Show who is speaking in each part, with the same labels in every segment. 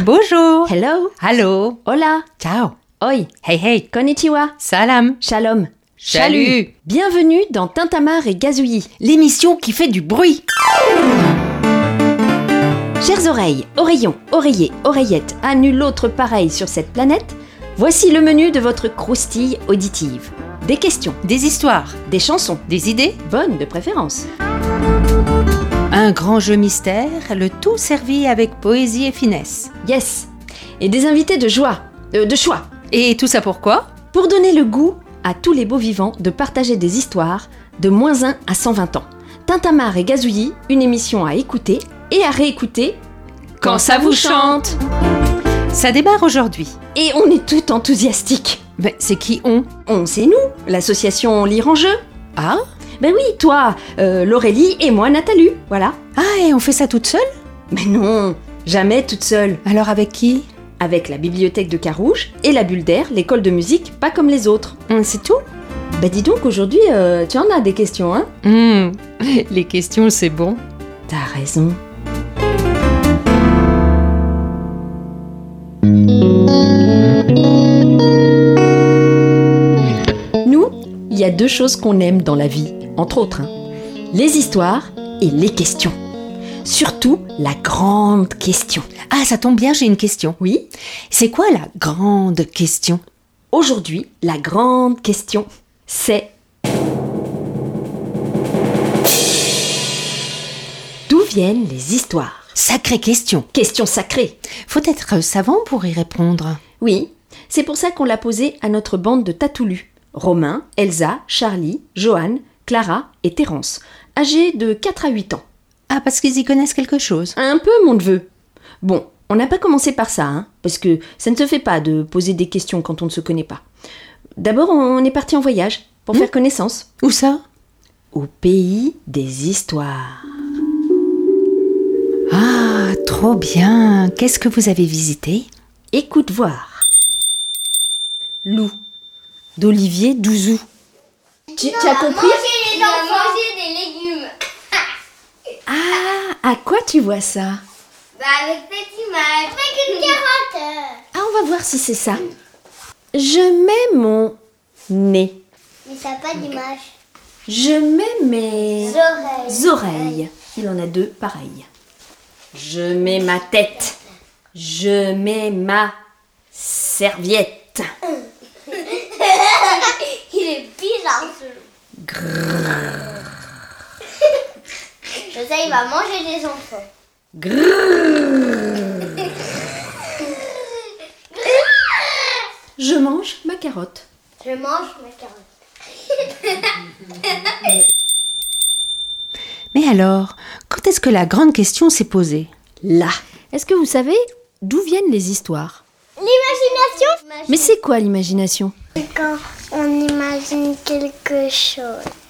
Speaker 1: Bonjour.
Speaker 2: Hello,
Speaker 1: Allô.
Speaker 2: hola,
Speaker 1: Ciao.
Speaker 2: oi,
Speaker 1: Hey hey.
Speaker 2: konnichiwa,
Speaker 1: Salam.
Speaker 2: shalom.
Speaker 1: Chalut.
Speaker 2: Bienvenue dans Tintamarre et Gazouillis.
Speaker 1: L'émission qui fait du bruit.
Speaker 2: Chères oreilles, oreillons, oreillers, oreillettes, à nul autre pareil sur cette planète, voici le menu de votre croustille auditive. Des questions,
Speaker 1: Des histoires.
Speaker 2: des chansons,
Speaker 1: Des idées.
Speaker 2: bonnes de préférence,
Speaker 1: Un grand jeu mystère. Le tout servi avec poésie et finesse.
Speaker 2: yes, et des invités de joie, euh, de choix,
Speaker 1: Et tout ça pourquoi
Speaker 2: pour donner le goût à tous les beaux vivants de partager des histoires de moins 1 à 120 ans. Tintamarre et Gazouillis, une émission à écouter et à réécouter
Speaker 1: Quand ça vous chante. Ça démarre aujourd'hui.
Speaker 2: Et on est tout enthousiastique.
Speaker 1: Mais Ben, c'est qui on
Speaker 2: On, c'est nous, l'association Lire en jeu.
Speaker 1: Ah
Speaker 2: Ben oui, toi, euh, l'Aurélie et moi, Nathalie, voilà.
Speaker 1: Ah, et on fait ça toute seule
Speaker 2: Mais non, jamais toute seule.
Speaker 1: Alors avec qui
Speaker 2: Avec la bibliothèque de Carouge et la bulle d'air, l'école de musique, pas comme les autres.
Speaker 1: Hum, C'est tout
Speaker 2: Ben dis donc, aujourd'hui, euh, tu en as des questions, hein
Speaker 1: Hum, Les questions, c'est bon.
Speaker 2: T'as raison. Nous, il y a deux choses qu'on aime dans la vie, entre autres. hein. Les histoires et les questions. Surtout la grande question.
Speaker 1: Ah, ça tombe bien, j'ai une question.
Speaker 2: Oui,
Speaker 1: C'est quoi la grande question
Speaker 2: aujourd'hui, la grande question, c'est... D'où viennent les histoires
Speaker 1: Sacrée question.
Speaker 2: Question sacrée
Speaker 1: Faut être savant pour y répondre.
Speaker 2: Oui, c'est pour ça qu'on l'a posé à notre bande de Tatoulus. Romain, Elsa, Charlie, Johan, Clara et Terence, âgés de 4 à 8 ans.
Speaker 1: Ah, parce qu'ils y connaissent quelque chose.
Speaker 2: Un peu mon neveu. Bon, on n'a pas commencé par ça, hein, parce que ça ne se fait pas de poser des questions quand on ne se connaît pas. D'abord, on est parti en voyage pour faire connaissance.
Speaker 1: Où ça
Speaker 2: Au pays des histoires.
Speaker 1: Ah, trop bien. Qu'est-ce que vous avez visité
Speaker 2: Écoute voir. Lou, d'Olivier Douzou. Tu, tu as compris
Speaker 3: Il a mangé des légumes.
Speaker 2: Ah, à quoi tu vois ça
Speaker 3: Bah avec cette image. Mmh. Avec une carotte.
Speaker 2: Ah, on va voir si c'est ça. Je mets mon nez.
Speaker 3: Mais ça n'a pas d'image.
Speaker 2: Je mets mes
Speaker 3: Oreilles.
Speaker 2: oreilles. Il en a deux, pareil. Je mets ma tête. Je mets ma serviette.
Speaker 3: Il est bizarre ce loup. Je sais, il va manger des enfants.
Speaker 2: Je mange ma carotte.
Speaker 3: Je mange ma carotte.
Speaker 1: Mais alors, quand est-ce que la grande question s'est posée
Speaker 2: Là. Est-ce que vous savez d'où viennent les histoires
Speaker 3: L'imagination
Speaker 2: Mais c'est quoi l'imagination
Speaker 3: c'est quand on imagine quelque chose.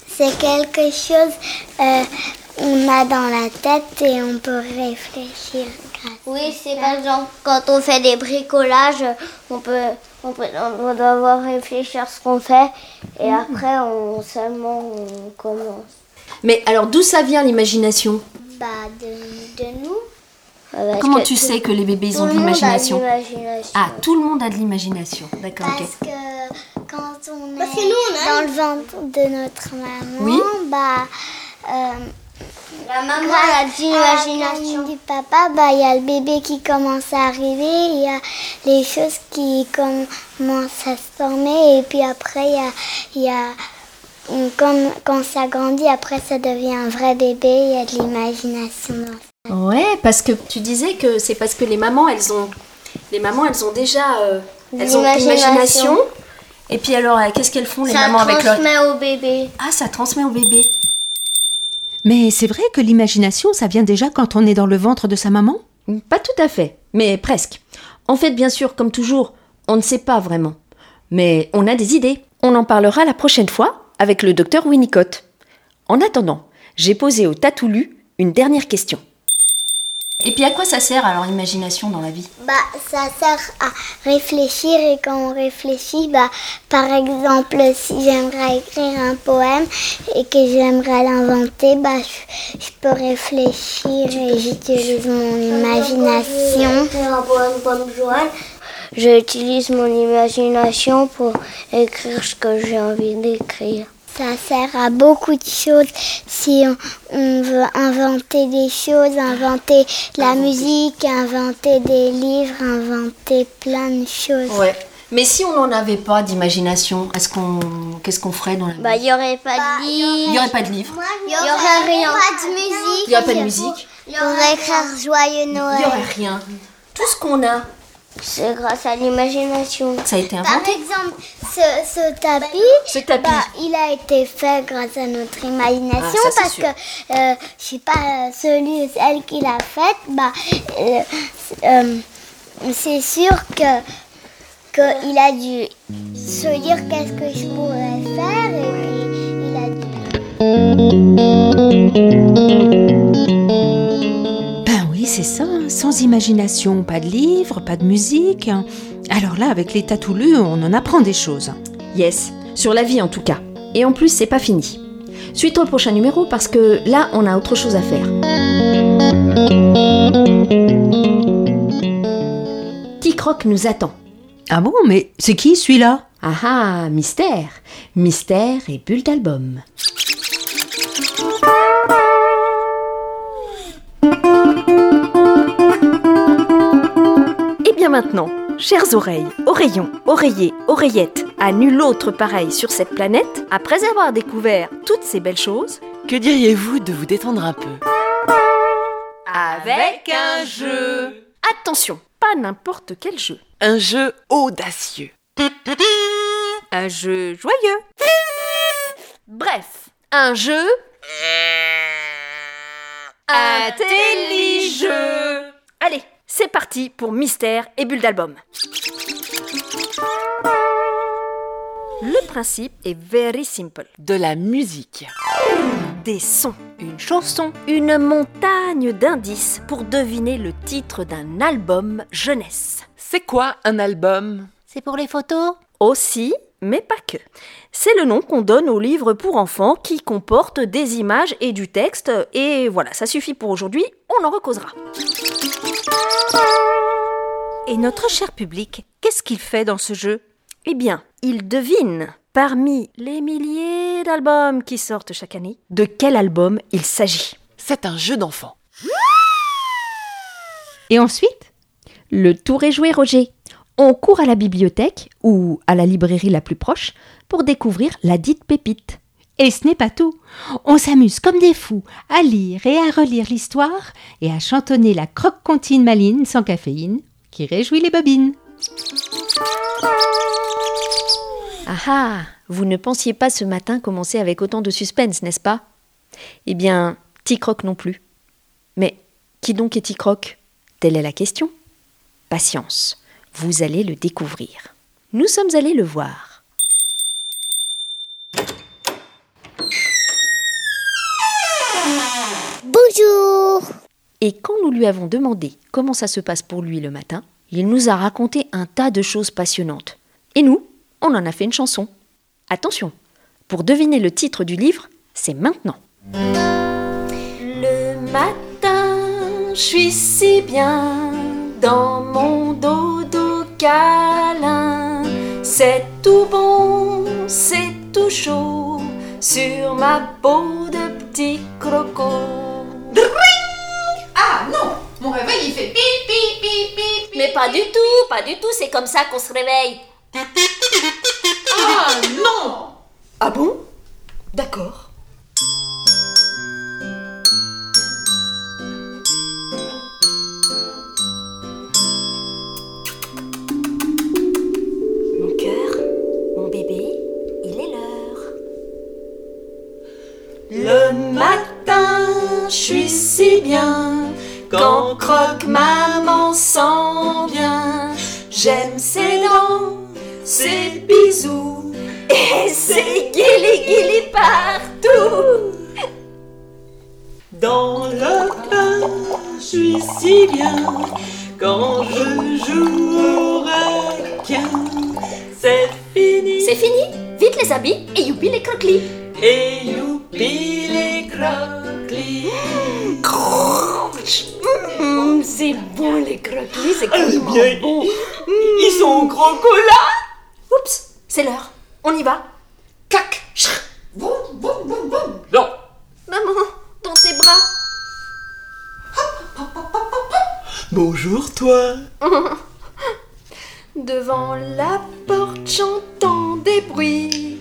Speaker 3: C'est quelque chose qu'on a dans la tête et on peut réfléchir. Oui, c'est par exemple quand on fait des bricolages, on peut, on peut- on doit avoir réfléchir à ce qu'on fait et après on seulement on commence.
Speaker 2: Mais alors d'où ça vient l'imagination
Speaker 3: Bah de, nous.
Speaker 2: Comment tu sais que les bébés ils ont de l'imagination Ah, tout le monde a de l'imagination. D'accord, ok.
Speaker 3: Parce que quand on est dans le ventre de notre maman,
Speaker 2: Oui.
Speaker 4: bah, euh,
Speaker 3: la maman
Speaker 4: à du papa, bah, il y a le bébé qui commence à arriver, il y a les choses qui commencent à se former, et puis après, il y a, il y a- on- quand, quand ça grandit, après, ça devient un vrai bébé, il y a de l'imagination.
Speaker 2: Ouais, parce que tu disais que c'est parce que les mamans, elles ont, les mamans, elles ont déjà, euh, elles ont de
Speaker 3: L'imagination.
Speaker 2: l'imagination. Et puis alors, euh, qu'est-ce qu'elles font les
Speaker 3: Ça
Speaker 2: mamans avec leur
Speaker 3: transmet au bébé.
Speaker 2: Ah, ça transmet au bébé.
Speaker 1: Mais c'est vrai que l'imagination, ça vient déjà quand on est dans le ventre de sa maman
Speaker 2: Pas tout à fait, mais presque. En fait, bien sûr, comme toujours, on ne sait pas vraiment. Mais on a des idées. On en parlera la prochaine fois avec le docteur Winnicott. En attendant, j'ai posé au Tatoulu une dernière question. Et puis à quoi ça sert alors l'imagination dans la vie
Speaker 3: Bah, ça sert à réfléchir et quand on réfléchit, bah, par exemple, si j'aimerais écrire un poème et que j'aimerais l'inventer, bah, je, je peux réfléchir et j'utilise mon imagination.
Speaker 5: J'utilise mon imagination pour écrire ce que j'ai envie d'écrire.
Speaker 3: Ça sert à beaucoup de choses. Si on, on veut inventer des choses, inventer de la musique, inventer des livres, inventer plein de choses.
Speaker 2: Ouais. Mais si on n'en avait pas d'imagination, est-ce qu'on, qu'est-ce qu'on ferait dans la vie
Speaker 5: Bah, il n'y aurait pas de
Speaker 2: Il
Speaker 5: livre,
Speaker 2: n'y aurait pas de livre,
Speaker 5: il n'y aurait rien.
Speaker 3: Pas de musique.
Speaker 2: il n'y aurait pas de musique,
Speaker 3: On écrire Joyeux
Speaker 2: il n'y
Speaker 3: Noël.
Speaker 2: aurait rien. Tout ce qu'on a,
Speaker 5: C'est grâce à l'imagination.
Speaker 2: ça a été
Speaker 3: Par
Speaker 2: inventé.
Speaker 3: exemple, ce, ce tapis,
Speaker 2: Ce tapis.
Speaker 3: bah, il a été fait grâce à notre imagination
Speaker 2: Ah, ça, c'est
Speaker 3: parce
Speaker 2: sûr.
Speaker 3: que euh, je sais pas euh, celui ou celle qui l'a faite, bah, euh, c'est- euh, c'est sûr que qu'il a dû se dire qu'est-ce que je pourrais faire et puis il a dû
Speaker 1: Ben oui, c'est ça. hein. Sans imagination, pas de livres, pas de musique. Alors là, avec les tatoulus, on en apprend des choses.
Speaker 2: Yes, sur la vie en tout cas. Et en plus, c'est pas fini. Suite au prochain numéro parce que là, on a autre chose à faire. Ticroc nous attend.
Speaker 1: Ah bon, mais c'est qui celui-là
Speaker 2: Ah ah, mystère Mystère et bulle d'album.
Speaker 6: Et Eh bien maintenant, chères oreilles, oreillons, oreillers, oreillettes, à nul autre pareil sur cette planète, après avoir découvert toutes ces belles choses,
Speaker 7: Que diriez-vous de vous détendre un peu
Speaker 6: avec un jeu Attention, pas n'importe quel jeu.
Speaker 7: Un jeu audacieux.
Speaker 6: Un jeu joyeux. Bref, un jeu... Intelligeux Allez, c'est parti pour Mystère et Bulle d'album. Le principe est very simple.
Speaker 7: De la musique.
Speaker 6: Des sons, une chanson, une montagne d'indices pour deviner le titre d'un album jeunesse.
Speaker 7: C'est quoi un album
Speaker 6: C'est pour les photos Aussi, mais pas que. C'est le nom qu'on donne aux livres pour enfants qui comportent des images et du texte. Et voilà, ça suffit pour aujourd'hui, on en recausera.
Speaker 8: Et notre cher public, qu'est-ce qu'il fait dans ce jeu
Speaker 6: Eh bien, il devine, parmi les milliers d'albums qui sortent chaque année, de quel album il s'agit.
Speaker 7: C'est un jeu d'enfant.
Speaker 1: Et ensuite
Speaker 2: Le tour est joué, Roger. On court à la bibliothèque ou à la librairie la plus proche pour découvrir la dite pépite.
Speaker 1: Et ce n'est pas tout. On s'amuse comme des fous à lire et à relire l'histoire et à chantonner la croque-comptine maline sans caféine qui réjouit les bobines.
Speaker 2: Ah ah Vous ne pensiez pas ce matin commencer avec autant de suspense, n'est-ce pas Eh bien, Ticroc non plus. Mais qui donc est Ticroc Telle est la question. Patience, vous allez le découvrir. Nous sommes allés le voir.
Speaker 3: Bonjour
Speaker 2: Et quand nous lui avons demandé comment ça se passe pour lui le matin, il nous a raconté un tas de choses passionnantes. Et nous, on en a fait une chanson. Attention, pour deviner le titre du livre, c'est maintenant.
Speaker 6: Le matin, je suis si bien dans mon dodo câlin. C'est tout bon, c'est tout chaud sur ma peau de petit croco.
Speaker 5: Mais pas du tout, pas du tout, c'est comme ça qu'on se réveille.
Speaker 6: Ah bon D'accord.
Speaker 5: Mon cœur, mon bébé, il est l'heure.
Speaker 6: Le matin, je suis si bien quand croque maman sent bien. J'aime ses dents, ses bisous et ses guili guili partout. Dans le pain, je suis si bien quand je joue au requin. C'est fini
Speaker 9: C'est fini Vite les habits et youpi les croquelis
Speaker 6: et youpi les croquelis. Mm-hmm.
Speaker 9: Hum, C'est bon les croquelis, c'est tellement
Speaker 6: bien,
Speaker 9: bon
Speaker 6: Ils sont au crocolat
Speaker 9: Oups, c'est l'heure, on y va Clac Chr.
Speaker 7: Non
Speaker 9: Maman, dans tes bras
Speaker 6: Bonjour toi
Speaker 9: Devant la porte, j'entends des bruits.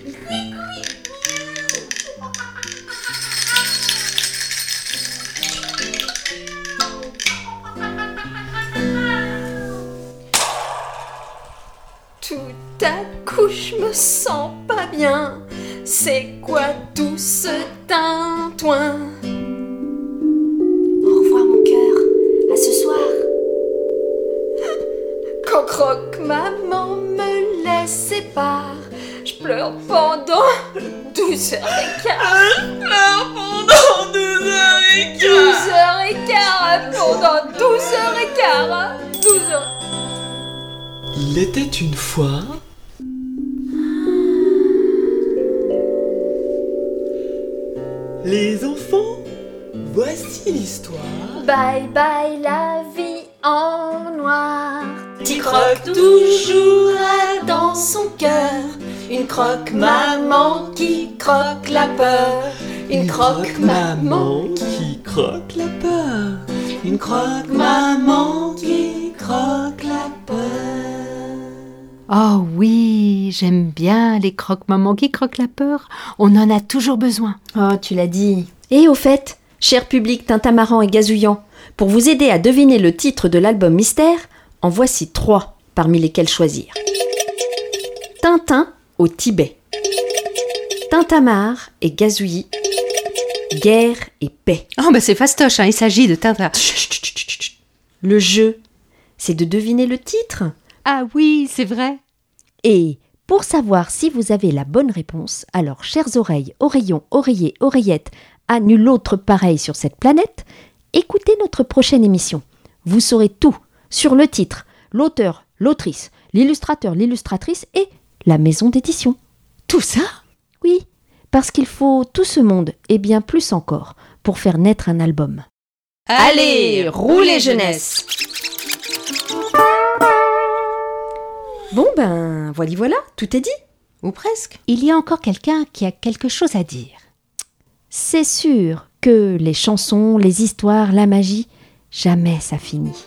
Speaker 9: Tout à coup, je me sens pas bien. C'est quoi tout ce tintouin Au revoir, mon cœur. À ce soir. Quand croque maman me laisse et part, je pleure pendant 12 heures et quart.
Speaker 6: Pendant deux heures et
Speaker 9: 12 heures et quart, pendant 12 heures et quart. 12 heures.
Speaker 6: Il était une fois. Les enfants, voici l'histoire.
Speaker 9: Bye bye la vie en noir.
Speaker 6: Petit croque toujours à
Speaker 9: Dans son cœur, une croque maman qui croque la peur. Une croque maman.
Speaker 6: qui croque la peur. Une croque maman qui croque la peur.
Speaker 1: Oh oui, j'aime bien les croque-mamans qui croquent la peur. On en a toujours besoin.
Speaker 2: Oh, tu l'as dit. Et au fait, cher public tintamaran et gazouillant, pour vous aider à deviner le titre de l'album Mystère, en voici trois parmi lesquels choisir. Tintin au Tibet. Tintamarre et gazouillis. Guerre et paix.
Speaker 1: Oh bah c'est fastoche, hein, il s'agit de Tintin.
Speaker 2: Le jeu, c'est de deviner le titre.
Speaker 1: Ah oui, c'est vrai.
Speaker 2: Et pour savoir si vous avez la bonne réponse, alors chères oreilles, oreillons, oreillers, oreillettes, à nul autre pareil sur cette planète, écoutez notre prochaine émission. Vous saurez tout sur le titre, l'auteur, l'autrice, l'illustrateur, l'illustratrice et la maison d'édition.
Speaker 1: Tout ça
Speaker 2: Oui, parce qu'il faut tout ce monde et bien plus encore pour faire naître un album.
Speaker 8: Allez, roulez jeunesse
Speaker 2: Bon ben, voilà, voilà, tout est dit.
Speaker 1: Ou presque. Il y a encore quelqu'un qui a quelque chose à dire.
Speaker 2: C'est sûr que les chansons, les histoires, la magie, jamais ça finit.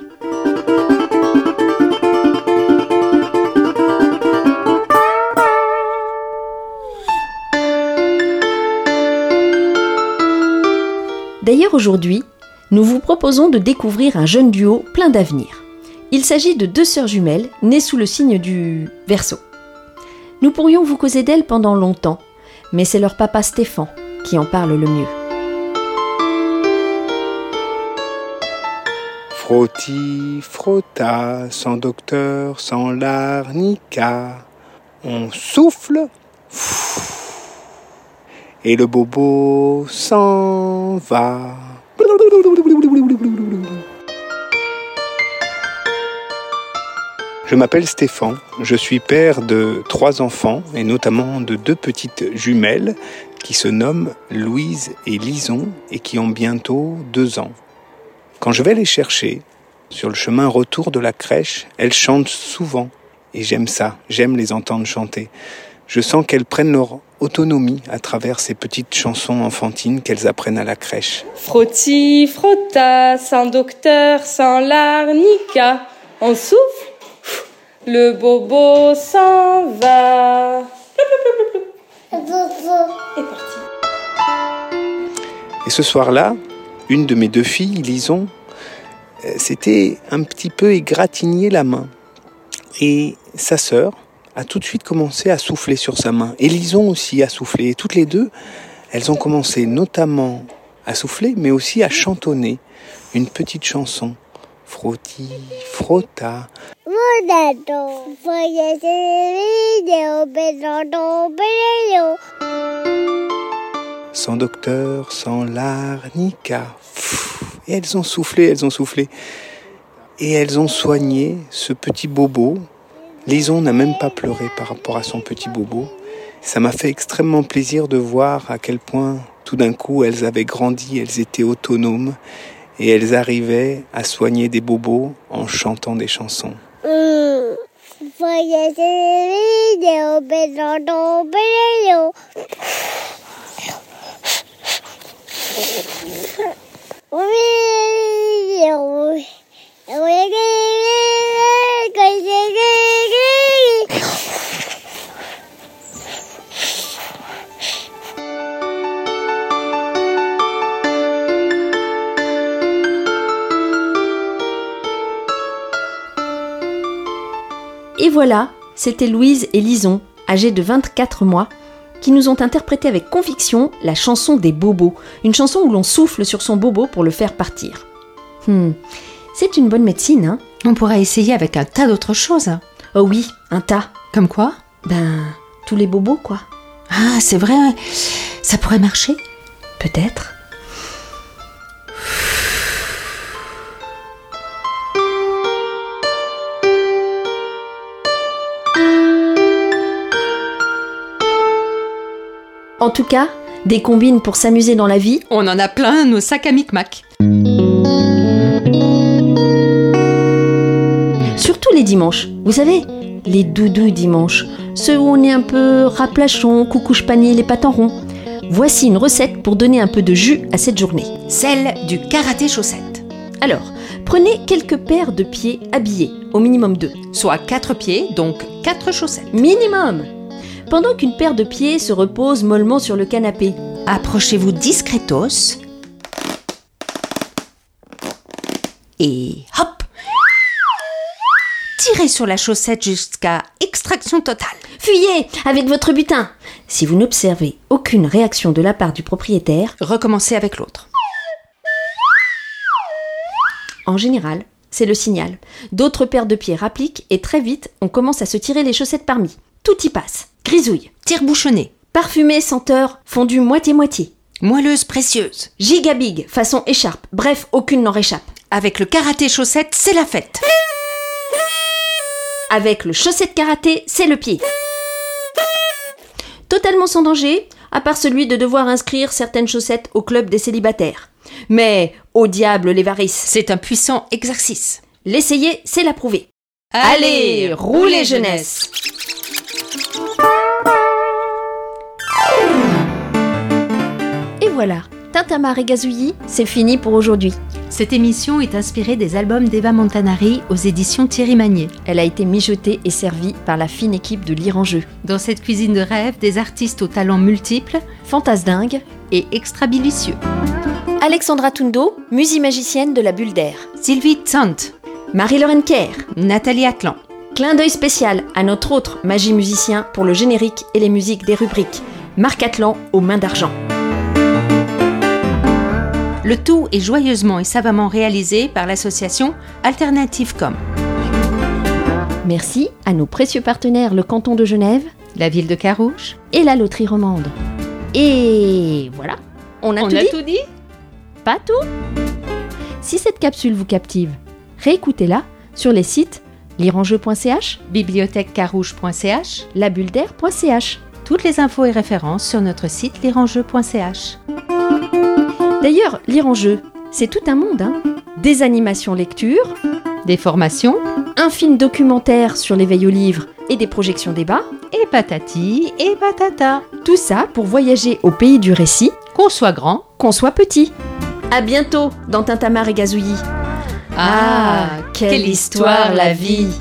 Speaker 2: D'ailleurs aujourd'hui, nous vous proposons de découvrir un jeune duo plein d'avenir. Il s'agit de deux sœurs jumelles nées sous le signe du Verseau. Nous pourrions vous causer d'elles pendant longtemps, mais c'est leur papa Stéphane qui en parle le mieux.
Speaker 10: Frotti, frotta, sans docteur, sans l'arnica. On souffle et le bobo s'en va. Je m'appelle Stéphane, je suis père de trois enfants et notamment de deux petites jumelles qui se nomment Louise et Lison et qui ont bientôt deux ans. Quand je vais les chercher, sur le chemin retour de la crèche, elles chantent souvent. Et j'aime ça, j'aime les entendre chanter. Je sens qu'elles prennent leur autonomie à travers ces petites chansons enfantines qu'elles apprennent à la crèche.
Speaker 11: Frotti, frotta, sans docteur, sans l'arnica. On souffle, le bobo s'en va. Et parti.
Speaker 10: Et ce soir-là, une de mes deux filles, Lison, euh, s'était un petit peu égratigné la main. Et sa sœur a tout de suite commencé à souffler sur sa main. Et Lison aussi a soufflé. Et toutes les deux, elles ont commencé notamment à souffler, mais aussi à chantonner une petite chanson. Frotti, frotta.
Speaker 5: voyez ces vidéos,
Speaker 10: sans docteur, sans l'arnica. Pfff. Et elles ont soufflé, elles ont soufflé. Et elles ont soigné ce petit bobo. Lison n'a même pas pleuré par rapport à son petit bobo. Ça m'a fait extrêmement plaisir de voir à quel point tout d'un coup elles avaient grandi, elles étaient autonomes et elles arrivaient à soigner des bobos en chantant des chansons.
Speaker 12: Mmh. Voyager vidéos, bédon, Oui, oui, oui,
Speaker 2: Et voilà, c'était Louise et Lison, âgées de 24 mois, qui nous ont interprété avec conviction la chanson des bobos, une chanson où l'on souffle sur son bobo pour le faire partir. Hmm, c'est une bonne médecine, hein
Speaker 1: On pourrait essayer avec un tas d'autres choses. hein.
Speaker 2: Oh oui, un tas.
Speaker 1: Comme quoi
Speaker 2: Ben, tous les bobos, quoi.
Speaker 1: Ah, c'est vrai, ça pourrait marcher.
Speaker 2: Peut-être. En tout cas, des combines pour s'amuser dans la vie,
Speaker 1: On en a plein, nos sacs à micmac.
Speaker 2: surtout les dimanches. Vous savez, les doudous dimanches, ceux où on est un peu raplachon, coucouche panier, les pattes en rond. Voici une recette pour donner un peu de jus à cette journée.
Speaker 1: Celle du karaté chaussette.
Speaker 2: Alors, prenez quelques paires de pieds habillés, au minimum deux.
Speaker 1: Soit quatre pieds, donc quatre chaussettes.
Speaker 2: Minimum Pendant qu'une paire de pieds se repose mollement sur le canapé.
Speaker 1: Approchez-vous discretos. Et hop Tirez sur la chaussette jusqu'à extraction totale.
Speaker 2: Fuyez avec votre butin Si vous n'observez aucune réaction de la part du propriétaire,
Speaker 1: Recommencez avec l'autre.
Speaker 2: en général, c'est le signal. D'autres paires de pieds rappliquent et très vite, on commence à se tirer les chaussettes parmi. Tout y passe. Grisouille,
Speaker 1: Tire bouchonné.
Speaker 2: parfumé, senteur, fondu moitié-moitié.
Speaker 1: Moelleuse précieuse.
Speaker 2: Gigabig, façon écharpe. Bref, aucune n'en réchappe.
Speaker 1: Avec le karaté chaussette, c'est la fête.
Speaker 2: Avec le chaussette karaté, c'est le pied. Totalement sans danger, à part celui de devoir inscrire certaines chaussettes au club des célibataires. Mais au diable les varices.
Speaker 1: C'est un puissant exercice.
Speaker 2: L'essayer, c'est l'approuver.
Speaker 1: Allez, roulez jeunesse
Speaker 2: Et voilà, Tintamarre et Gazouillis, c'est fini pour aujourd'hui.
Speaker 1: Cette émission est inspirée des albums d'Eva Montanari aux éditions Thierry Magnier.
Speaker 2: Elle a été mijotée et servie par la fine équipe de Lire en jeu.
Speaker 1: Dans cette cuisine de rêve, des artistes aux talents multiples
Speaker 2: Fantasdingue,
Speaker 1: et extrabilicieux.
Speaker 2: Alexandra Tundo, musimagicienne de la bulle d'air.
Speaker 1: Sylvie Tsant,
Speaker 2: Marie-Lorraine Kerr,
Speaker 1: Nathalie Atlan,
Speaker 2: Clin d'œil spécial à notre autre magie musicien pour le générique et les musiques des rubriques, Marc Atlan aux mains d'argent.
Speaker 1: Le tout est joyeusement et savamment réalisé par l'association Alternative Com,
Speaker 2: Merci à nos précieux partenaires le canton de Genève
Speaker 1: la ville de Carouge.
Speaker 2: et la loterie romande. Et voilà, on a tout dit, pas tout Si cette capsule vous captive, réécoutez-la sur les sites lirenjeu.ch,
Speaker 1: bibliothèquecarouge.ch.
Speaker 2: labuldaire.ch.
Speaker 1: Toutes les infos et références sur notre site lirenjeu.ch.
Speaker 2: D'ailleurs, lire en jeu, c'est tout un monde. hein. Des animations lecture,
Speaker 1: Des formations
Speaker 2: un film documentaire sur l'éveil au livre et des projections débat,
Speaker 1: et patati et patata.
Speaker 2: tout ça pour voyager au pays du récit,
Speaker 1: Qu'on soit grand,
Speaker 2: qu'on soit petit. À bientôt dans Tintamarre et Gazouillis.
Speaker 1: Ah, quelle histoire Ah, la vie